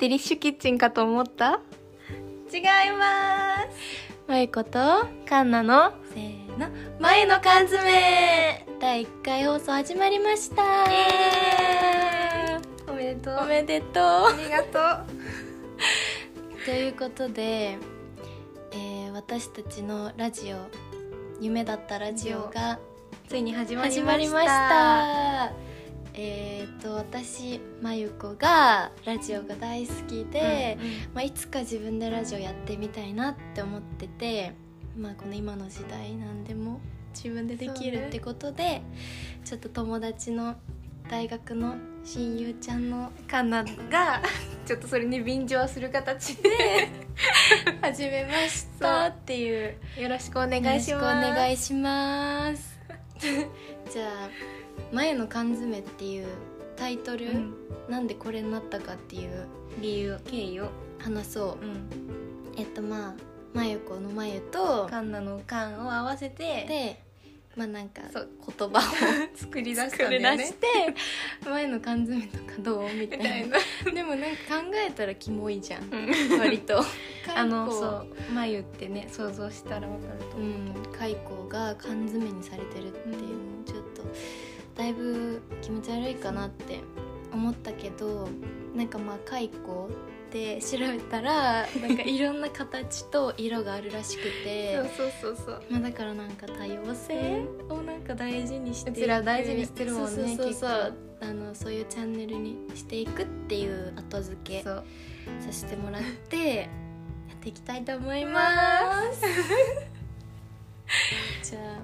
デリッシュキッチンかと思った違いますまゆことカンナのせーの前の缶詰第1回放送始まりましたえおめでとうおめでとありがとううということで、えー私たちのラジオ夢だったラジオがついに始まりまし始たまりましたえー、と私まゆこがラジオが大好きで、うんうんまあ、いつか自分でラジオやってみたいなって思ってて、まあ、この今の時代何でも自分でできるってことで、ちょっと友達の大学の親友ちゃんのカンナがちょっとそれに便乗する形で 始めましたっていうよろしくお願よろいししくおます願いします じゃあ「前の缶詰」っていうタイトル、うんなんでこれになったかっていう理由経緯を、話そうう、ん、えっとまあまゆこのまゆとカンナの缶を合わせてでまあなんかそう言葉を作り出した作んだりよ出ねして 前の缶詰とかどうみたみいたない な、でもなんか考えたらキモいじゃん割割 ととあの蚕そう眉ってね想像したらわかるとう思うん蚕が缶詰にされてるっていうのちょっとだいぶ気持ち悪いかなって思ったけどなんかまあ蚕って調べたらなんかいろんな形と色があるらしくて そうそうそうそうまあ、だからなんか多様性をなんか大事にしていくうちら大事にしてるもんねそうそうそうそう結あのそういうチャンネルにしていくっていう後付けそうさせてもらってやっていきたいと思いますじゃあ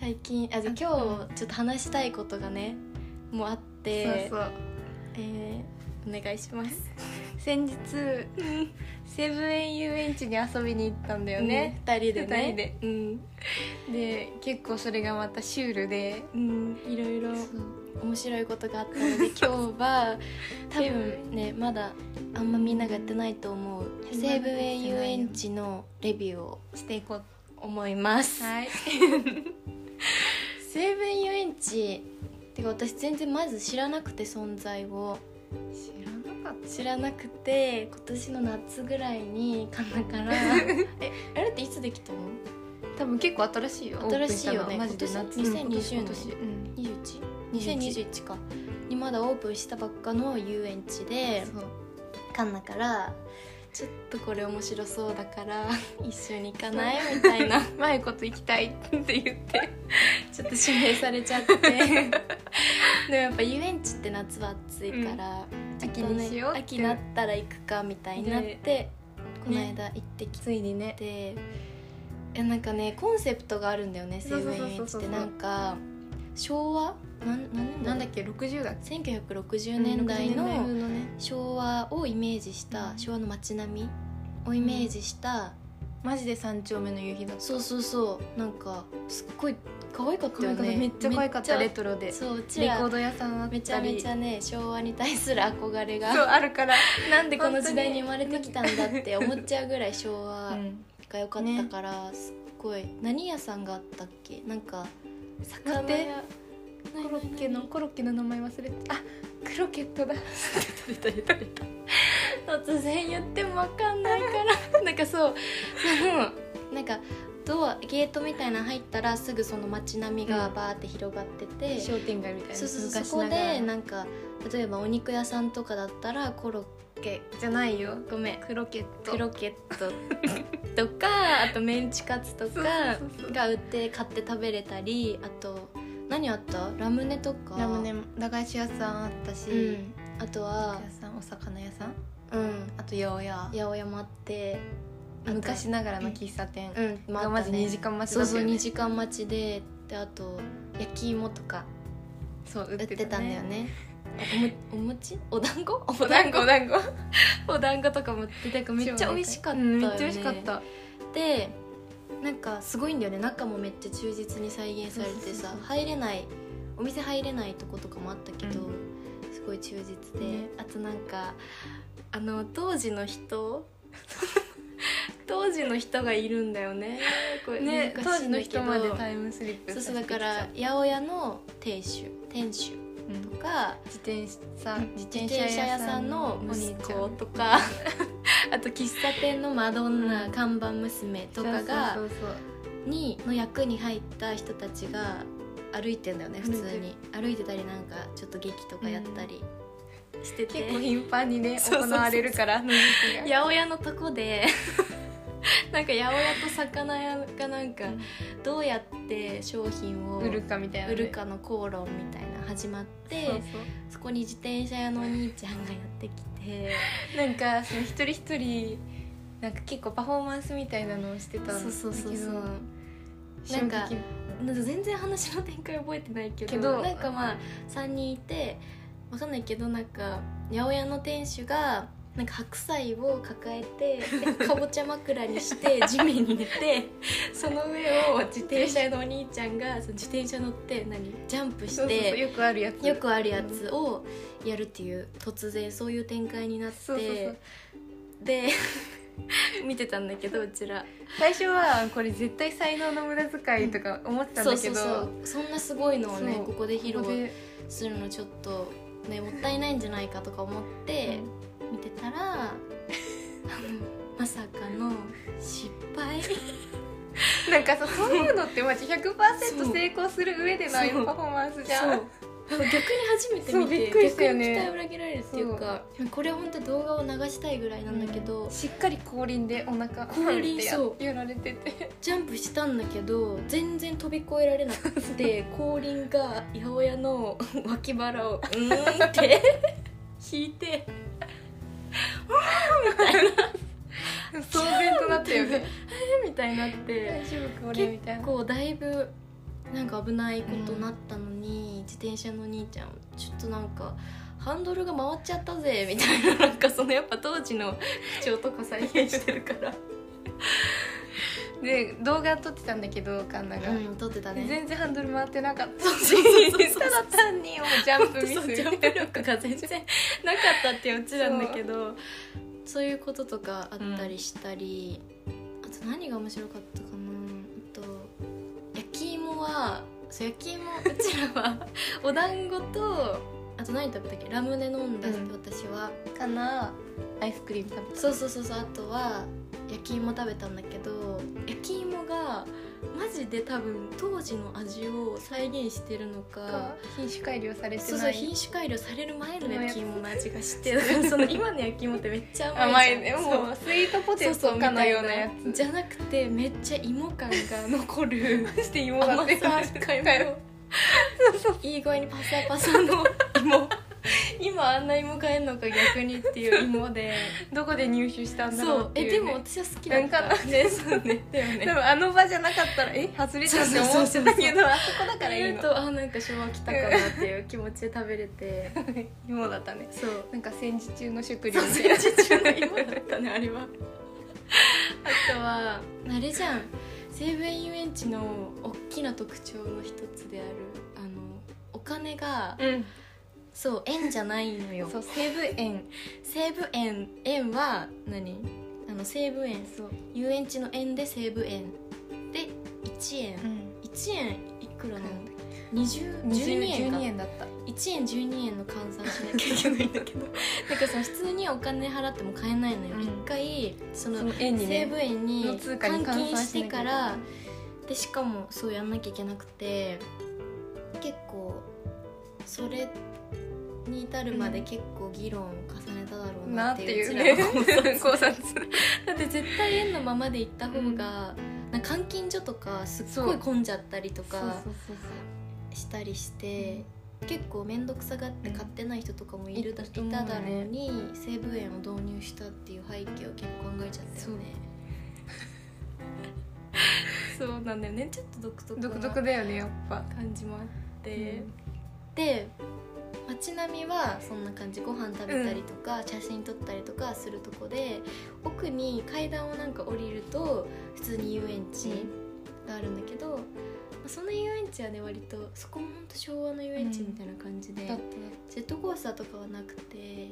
最近あじゃあ今日ちょっと話したいことがねもうあってそうそうえーお願いします先日セブン遊園地に遊びに行ったんだよね、 2人でね二人でうん、で結構それがまたシュールでうん、いろいろ面白いことがあっ たので今日は多分ねまだあんまみんながやってないと思う今西武園遊園地のレビューをしていこう思いますはい西武園遊園地てか私全然まず知らなくて存在を知らなかっ知らなくて今年の夏ぐらいにカンナからえあれっていつできたのた多分結構新しいよ新しいよねオープンしたのマジで今年夏2020年うん 21?2021 かにまだオープンしたばっかの遊園地でそうカンナから「ちょっとこれ面白そうだから一緒に行かない?」みたいな まゆこと行きたいって言ってちょっと指名されちゃってでもやっぱ遊園地って夏は暑いから、ちょっ秋とねにしようって秋になったら行くかみたいになってこの間行ってきついにねて、えなんかねコンセプトがあるんだよね西そうそ武うそう園遊そうそ園地っうてなんか昭和なんなんなんだっっけ60だっけ1960け年代の、 60代のね昭和をイメージした、うん昭和の街並みをイメージした、マジで三丁目の夕日だったそうそうそうなんかすっごい可愛かったよ可愛かっねためっちゃ可愛かっためレっちトロでゃそううちレコーらド屋さんあったりめちゃめちゃね昭和に対する憧れそうがあるからなんでこの時代に生まれてきたんだって思っちゃうぐらい昭う和んが良かったから、すっごい何屋さんがあったっけなんか待って名コ前ロッケのコロッケの名前忘れてあクロケットだ突然言っても分かんないから なんかそうそのなんかドアゲートみたいなの入ったらすぐその街並みがバーって広がってて、商店街みたいなそうそうそう昔そこながらでなんか例えばお肉屋さんとかだったらコロッケじゃないよごめんクロケットクロケットと かあとメンチカツとそうかそうそうが売って買って食べれたりあと何あったラムネとかラムネも駄菓子屋さんあったし、うんあとおは肉屋さんお魚屋さんうんあと八百屋八百屋もあってあと昔ながらの喫茶店うんまがあマジ2時時間待ちそだうったそうよ2ね時間待ちでであと焼き芋とかそう売ってたんだよね ねおもお餅お団子おお団子お団子お団子とかも売っててかめっちゃ美味しかったよ、うねんめっちゃ美味しかったでなんかすごいんだよね中もめっちゃ忠実に再現されそてうそうさそう入れないお店入れないとことかもあったけど、うすごい忠実で、ねあとなんかあの当時 の人当時の人がいるんだよねこれね難当し時いんだのけど人までタイムスリップそうそうさだせてきちゃから八百屋の亭主店主とか、自転車自転車屋さんのお兄ちゃんとか あと喫茶店のマドンナ、うん看板娘とかがそうそうそうにの役に入った人たちが歩いてんだよね普歩い通てるに歩いてたりなんかちょっと劇とかやったりしてて、結構頻繁にね そうそ行うそうわれるからの時八が百屋のとこで なんか八百屋と魚屋がなんかどうやって商品を売るかみたいなね売るかの口論みたいな始まってそうそこに自転車屋のお兄ちゃんがやってきてそうなんかその一人一人なんか結構パフォーマンスみたいなのをしてたんだけそうどそうそうそう衝撃なんかなんか全然話の展開覚えてないけどけどなんかまあ3人いてわかんないけどなんか八百屋の店主がなんか白菜を抱え てでかぼちゃ枕にして地面に寝てその上を自転車のお兄ちゃんがその自転車乗って何ジャンプしてそうそうそうよくあるやつよくあるやつをやるっていう突然そういう展開になってそうそうそうで 見てたんだけどうちら最初はこれ絶対才能の無駄遣いとか思ってたんそだうけそうどそうそんなすごいのをねそうここで披ここ露でするのちょっと、ね、もったいないんじゃないかとか思って見てたらあのまさかの失 敗なんかさそういうのってマジそう100%成功する上でのああいそううパフォーマンスじゃそんう逆に初めてそう見びてっくりしたよね逆に期待を裏切られるっていうかこれは本当動画を流したいぐらいなんだけど、しっかり後輪でお腹後輪ってやそうやられててジャンプしたんだけど全然飛び越えられなくて 後輪が八百屋の脇腹をうーんって引いて騒然となったよ ねみたいになって大丈夫か俺み結たいな構だいぶなんか危ないことになったのに、自転車の兄ちゃんちょっとなんかハンドルが回っちゃったぜみたいななんかそのやっぱ当時の口調とか再現してるから、で動画撮ってたんだけどカンナが、うん、撮ってた ね全然ハンドル回ってなかったそうそうそうそうただ単にもうジャンプミそうスジャンプ力が全然なかったってうちなんだけどそういうこととかあったりしたり、あと何が面白かったかなあと焼き芋はそう焼き芋うちらはお団子とあと何食べたっけラムネ飲んだ、うん私はかなアイスクリーム食べそうそうそうそうあとは焼き芋食べたんだけど焼き芋がマジで多分当時の味を再現してるのたか品種改良されてないそうそう品種改良される前の焼き芋の味がしてだからその今の焼き芋ってめっちゃ甘甘いいじねゃんもうスイートポそうテそうトそうかのみたいようなやつじゃなくてめっちゃ芋感が残るそして芋が甘全部さ控えめのいい具合にパサパサの芋今あんな芋買えんのか逆にっていう芋でどこで入手したんだそろううっていえう、でも私は好きだなっんかたねそうねだよでもあの場じゃなかったらえ外れちゃうって思ったそうそうそうけそどあそこだからいい言うのとあなんか昭和来たかなっていう気持ちで食べれて芋だったねそうなんか戦時中の食料そうみたい戦な時中の芋だったねあれはあとはあれじゃん西武園遊園地の大きな特徴の一つであるあのお金がうんそう円じゃないのよそう西武園西武園円は何あの西武園そう、遊園地の円で西武園で1円、1円いくらなの20 12 12円円かだった1円12円の換算しなきゃいけないんだけど なんかさ普通にお金払っても買えないのよ、うん一回そのその円に西ね武園にの通貨に換換金算ししててかかららでしかもそうやんなきゃいけなくて結構それに至るまでうん結構議論を重ねただろうななっってていいうううちらの考 察ね考察 だって絶対円のままで行った方が、なんか換金所とかすっごいそう混んじゃったりとそうかそうそうしたりして。結構面倒くさがって買ってない人とかもいるだ、うんいただろうに西武園を導入したっていう背景を結構考えちゃったよね そうなんだよねちょっと独特な独特だよねやっぱ感じもあって、うんで街並みはそんな感じご飯食べたりとか、写真撮ったりとかするとこで奥に階段をなんか降りると普通に遊園地があるんだけど、まあその遊園地はね割とそこもほんと昭和の遊園地みたいな感じで、だっジェットコースターとかはなくて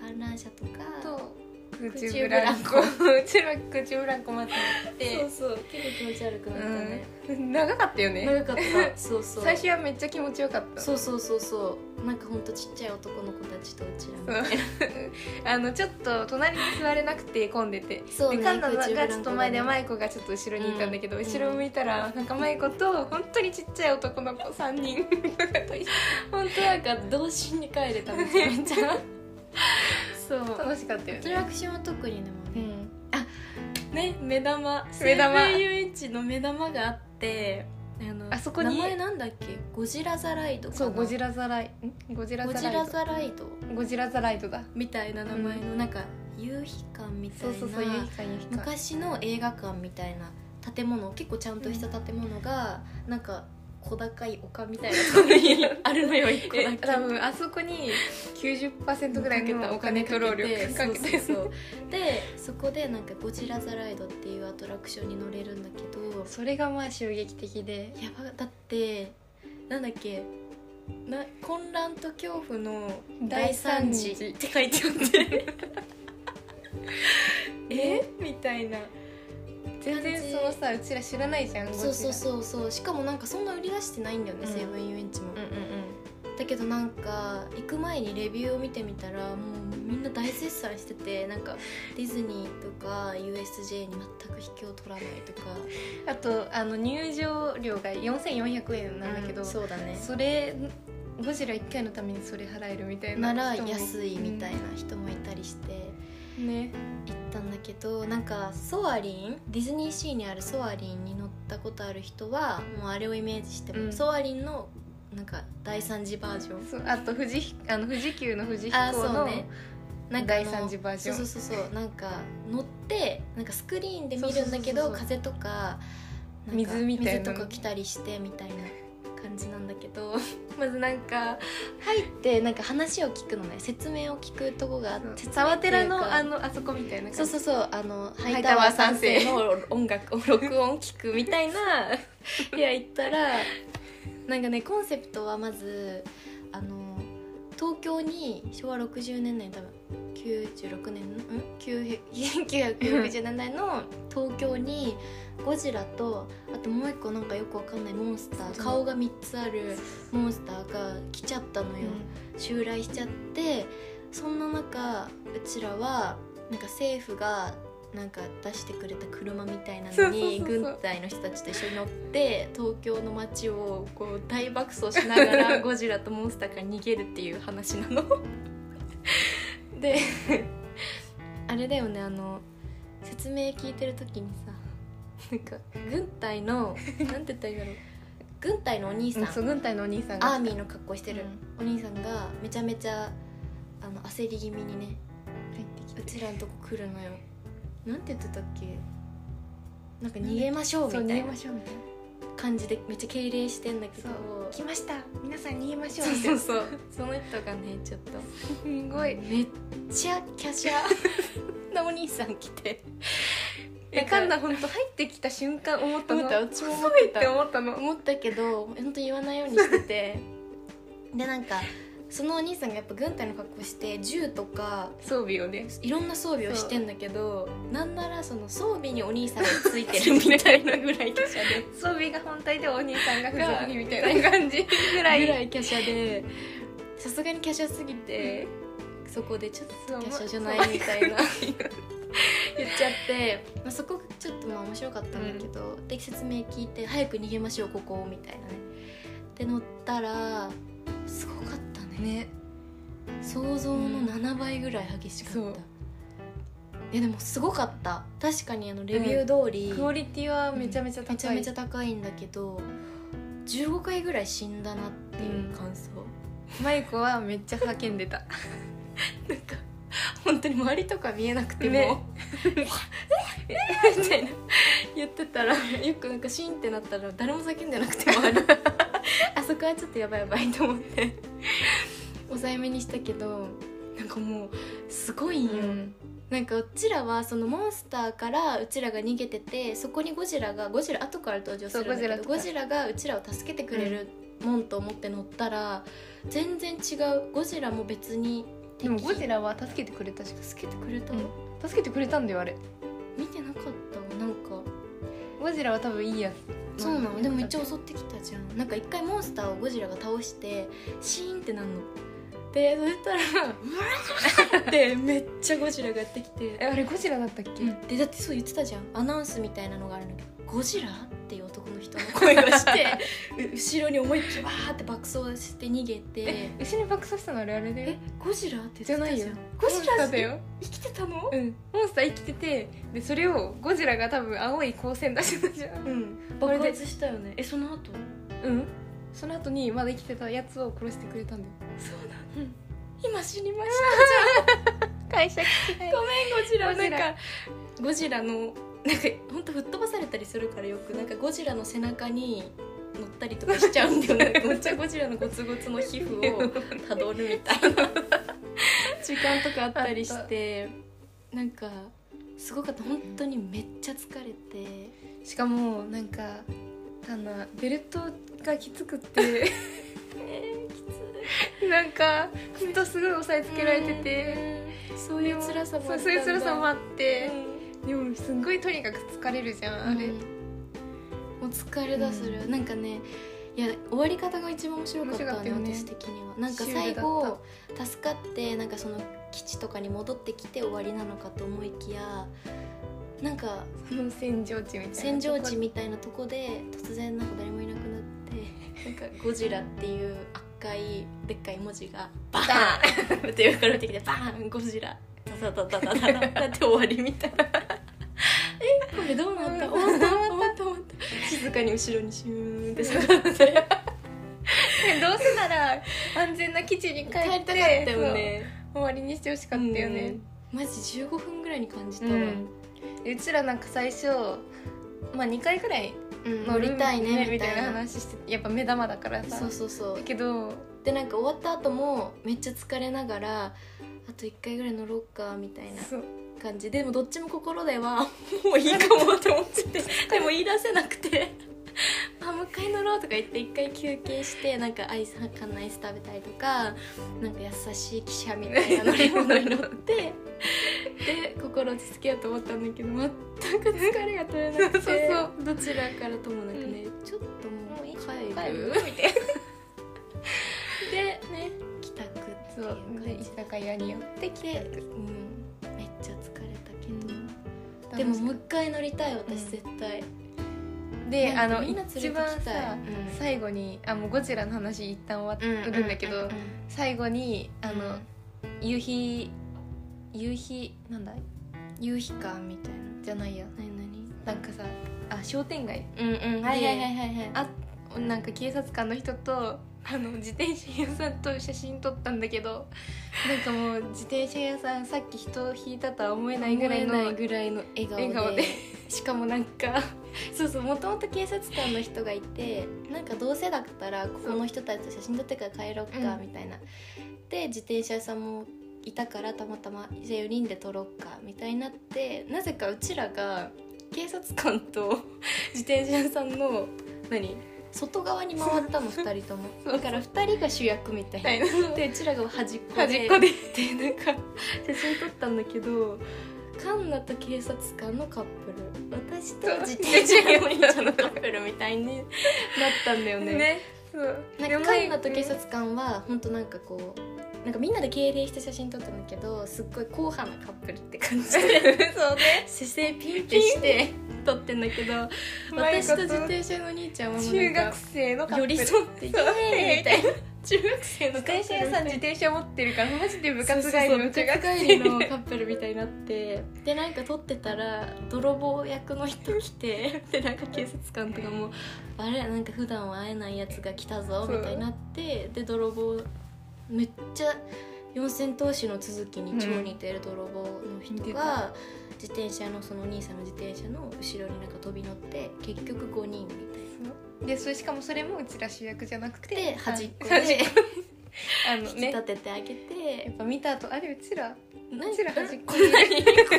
観覧車とかたと口ブランコ うちら口ブランコ待ってそうそう結構気持ち悪くなったね、うん長かったよね長 かったそうそう最初はめっちゃ気持ちよかったそうそうそうそうなんかほんとちっちゃい男の子たちとうちらみたいなあのちょっと隣に座れなくて混んでてそうねでカンナが空中ブランコがねちょっと前でマイコがちょっと後ろにいたんだけど、うん後ろを向いたらなんかマイコと本当にちっちゃい男の子3人とかと一緒本当なんか童心に帰れたみたいなそう楽しかったよアトねラクションは特にでもうね、んね目玉目玉西武遊園地の目玉があってあのあそこに名前なんだっけゴジラザライドかなそうゴジラザライんゴジラゴザラジイドラザライドゴジラザライドだみたいな名前の、なんか夕日館みたいそうなそうそうゆいかゆいか昔の映画館みたいな建物結構ちゃんとした建物が、なんか小高い丘みたいなところにあるのよ一個だえけ多分あそこに90%ぐらいかけたお金と労力かけてそうそうそうでそこでなんかゴジラザライドっていうアトラクションに乗れるんだけどそれがまあ衝撃的でやばだってなんだっけな混乱と恐怖の大惨事大惨事って書いてあってえみたいな全然そのさうちら知らないじゃんゴジそラうそうそうそうしかもなんかそんな売り出してないんだよね、うん西武遊園地うも、んうんうんだけどなんか行く前にレビューを見てみたらもうみんな大絶賛しててなんかディズニーとか USJ に全く引けを取らないとかあとあの入場料が4400円なんだけど、うんそそうだねれゴジラ1回のためにそれ払えるみたいななら人も安いみたいな、人もいたりしてうんね行ったんだけどなんかソアリンディズニーシーにあるソアリンに乗ったことある人はもうあれをイメージしても、うんソアリンのなんか第三次バージョンそうあと富士あの富士急の富士飛あー行そうの、ねなんかあの第三次バージョンそうそうそうそうなんか乗ってなんかスクリーンで見るんだけそどうそうそうそう風とかなんか水みたいな水とか来たりしてみたいな感じなんだけど まずなんか入ってなんか話を聞くのね説明を聞くとこがあっうんて沢寺のあののあそこみたいな感じそうそうそうあのハイイタタワワーー三三世世の音楽を録音聞くみた いな部屋行ったらなんかねコンセプトはまずあの東京に昭和60年代多分96年のん9 1960年代の東京にゴジラとあともう一個なんかよくわかんないモンスター顔が3つあるモンスターが来ちゃったのよ。襲来しちゃってそんな中うちらはなんか政府がなんか出してくれた車みたいなのにそうそうそうそう軍隊の人たちと一緒に乗って東京の街をこう大爆走しな がらゴジラとモンスターから逃げるっていう話なの。 であれだよねあの説明聞いてる時にさなんか軍隊のなんて言ったらいいんだろう軍隊のお兄うさんんそう軍隊のお兄さんアーがミーの格好してる、お兄さんがめちゃめちゃあの焦り気味にね入ってきうてちらのとこ来るのよなんて言ってたっけなんか逃げましょうみそう逃たげいなましょうみたいな感じでめっちゃ敬礼してんだけど来ました皆さん逃げましょうそうみたいそうなそうその人がねちょっとすごいめっちゃ華奢 なお兄さん来てえカンナ本当入ってきた瞬間思ったの思ったっ私も思ってたて思ったの思ったけど本当言わないようにして てでなんかそのお兄さんがやっぱ軍隊の格好して銃とか装備をねいろんな装備をしてんだけどなんならその装備にお兄さんがついてるみたいなぐらい華奢で装備が本体でお兄さんが付属品みたがいな感じぐらいぐらい華奢でさすがに華奢すぎてそこでちょっとそう華奢じゃないみたいな言っちゃって、まあ、そこがちょっとまあ面白かったんだけど、で説明聞いて「早く逃げましょうここを」みたいなね。で乗ったらすごかったね。 ね想像の7倍ぐらい激しかった、うんそういやでもすごかった確かにあのレビュー通り、クオリティはめちゃめちゃ高い、めちゃめちゃ高いんだけど15回ぐらい死んだなっていう感想、マイコはめっちゃ叫んでたなんか本当に周りとか見えなくても「 ねみたいな言ってたらよくなんかシーンってなったら誰も叫んでなくてもあ るあそこはちょっとやばいやばいと思って抑えめにしたけどなんかもうすごいんよ、うんなんかうちらはそのモンスターからうちらが逃げててそこにゴジラがゴジラ後から登場するんだけどそうゴジゴジラがうちらを助けてくれるもんと思って乗ったら、全然違うゴジラも別にでもゴジララは助けてくれたし助けてくれたの、うん助けてくれたんだよあれ見てなかったなんかゴジラは多分いいやつそうなのでもめっちゃゃ襲ってきたじゃんなんか一回モンスターをゴジラが倒してシーンってなんのでそしたら 「うわーってめっちゃゴジラがやってきてえあれゴジラだったっけ、でだってそう言ってたじゃんアナウンスみたいなのがあるんだけど「ゴジラ?」っていう男の人の声がして う後ろに思いっきりわーって爆走して逃げてえ一緒に爆走したのあれあれ「だよえゴジラ?」ってじ言ゃっなてたいじよゃんゴジラモンスタっーだてよ生きてたのうんモンスター生きててでそれをゴジラが多分青い光線出してたじゃんうんこれ爆で発したよねえその後うんその後にまだ生きてたやつを殺してくれたんだよそうなの今死にまし解釈たごめんゴジゴラジラなんかゴジラのなんか本当吹っ飛ばされたりするからよくなんかゴジラの背中に乗ったりとかしちゃうん だよねめっちゃゴジラのゴツゴツの皮膚をたどるみたいな時間とかあったりしてなんかすごかった本当にめっちゃ疲れてしかもなんかあのベルトがきつくて えー、きなんかずっとすごい押さえつつけられてて、そういう辛さもそうあったんだそういう辛さもあっうて、んでもすんごいとにかく疲れるじゃんあれ、うんお疲れだする、うんなんかねいや終わり方が一番面白かっ面たわね白かったよね私的にはなんかシュー最ルだっ後助かってなんかその基地とかに戻ってきて終わりなのかと思いきやなんかその扇状地みたいな戦場地みたいなとこで突然なんか誰もいなくなってなんかゴジラっていう赤いでっかい文字がバーンって上から降ってきてバーンゴジラダダダダダダダって終わりみたいな えこれどうなった 終わった終わった終わった静かに後ろにシューンって下がって どうせなら安全な基地に帰って帰りたかったよねそう終わりにしてほしかったよね、マジ15分ぐらいに感じたうわ、んうちらなんか最初まあ2回ぐらいうん乗りたいねみみたたいいなな話してやっぱ目玉だからさそうそうそうだけどでなんか終わった後もめっちゃ疲れながらあと1回ぐらい乗ろうかみたいなそう感じでもどっちも心では もういいかもって思っててでも言い出せなくて「あもう一回乗ろう」とか言って一回休憩してなんかアイス缶のアイス食べたりとかなんか優しい汽車みたいな乗り物に乗ってで心落ち着けようと思ったんだけど全く疲れが取れなくて そうそうどちらからともなくね、ちょっともう帰る帰るみたいなでね帰宅っていそううで感居じ酒屋に寄ってきでて、うん、めっちゃ疲れたけど、うんでももう楽し一か回乗りたい私うん絶対、ったであのみんな連れて一き番たいさ最後にあもうゴジラの話一旦終わってるんだけど、最後にあの、夕日夕日なんだ夕日館みたいなじゃないや何何なんかさあ商店街うんうんはいはいはいはいはいあなんか警察官の人とあの自転車屋さんと写真撮ったんだけどなんかもう自転車屋さんさっき人を引いたとは思えないぐらいの思えないぐらいの笑顔で笑顔でしかもなん かそうそうもともと警察官の人がいてなんかどうせだったらここの人たちと写真撮ってから帰ろっかうんみたいな、で自転車屋さんもいたからたまたまじゃあ4人で撮ろうかみたいになってなぜかうちらが警察官と 自転車屋さんの何外側に回ったの2人ともそうだから2人が主役みたいな。みたいなでうちらが端っこで端っこででなんか写真撮ったんだけどカンナと警察官のカップル私と自転車のお兄ちゃんのカップルみたいになったんだよねねそうなんかカンナと警察官は本当なんかこうなんかみんなで敬礼して写真撮ったんだけどすっごい硬派なカップルって感じで そうね姿勢ピンってして撮ってんだけど私と自車転車のお兄ちゃんはもうなんか中学生のカップル寄り添ってイエーイみたいな中学生のカ自ップ転車ルみたい屋なさん自転車持ってるからマジで部部活活帰帰りの中学りの部活帰生りのカップルみたいになってでなんか撮ってたら泥棒役の人来て でなんか警察官とかも「あれなんか普段は会えないやつが来たぞ」そうみたいになってで泥棒めっちゃ四千頭身の続きに超似てる泥棒の人が、自転車のそのお兄さんの自転車の後ろになんか飛び乗って結局5人みたいな。でそれしかもそれもうちら主役じゃなくてで端っこあのであの引きね立ててあげやてっぱ見た後あれうちら「何うちら端っここれに何こ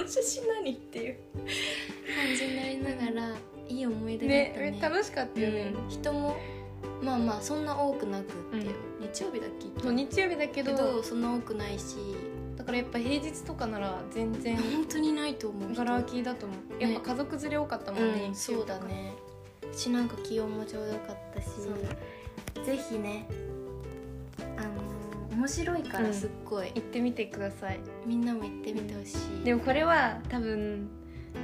の写真何っていう感じになりながらいい思い出だったねね楽しかったよね、うん人もまあまあそんな多くなくっていう、う日曜日だっけもう日曜日だけけどどそんな多くないしだからやっぱ平日とかなら全然本当にないと思う人ガラ空きだと思うやっぱ家族連れ多かったもんね、うん、そうだねしなんか気温もちょうどよかったしぜひねあのー面白いかうらんすっごい、行ってみてくださいみんなも行ってみてほしいでもこれは多分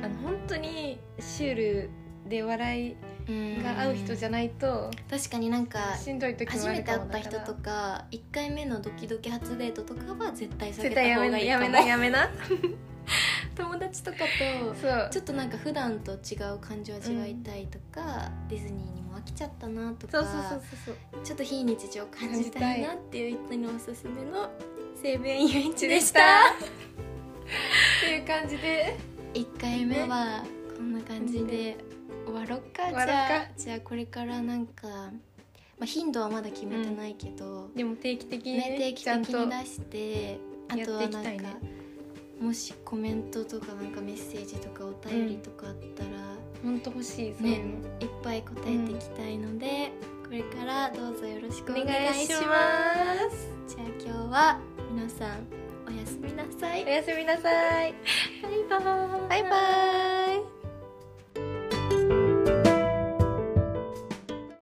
あの本当にシュールで笑いうんが合う人じゃないと確かになんかしんどい時も初あめるて会かっもただか人らとか1回目のドキドキ初デートとかは絶対避絶けた対や方めがないいやかもめな やめな友達とかそうとちょっとなんか普段と違う感情を味わいたいとか、ディズニーにも飽きちゃったなとそうかそうそうそうちょっと非日常を感じたいなっていう人におすすめの西武園ゆいちそうでしたっていう感じで1回目はこんな感じで終わろっか終じわろっかゃあじゃあこれからなんか、まあ、頻度はまだ決めてないけど、でも定期的に、ねね、定期ちゃん的とに出してあとはやなっんていかきたいねもしコメントとかなんかメッセージとかお便りとかあったら、本当欲しいそういうの、いっぱい答えていきたいので、これからどうぞよろしくおお願願いいししますますじゃあ今日は皆さんおやすみなさいおやすみなさいバイバーイバイバイ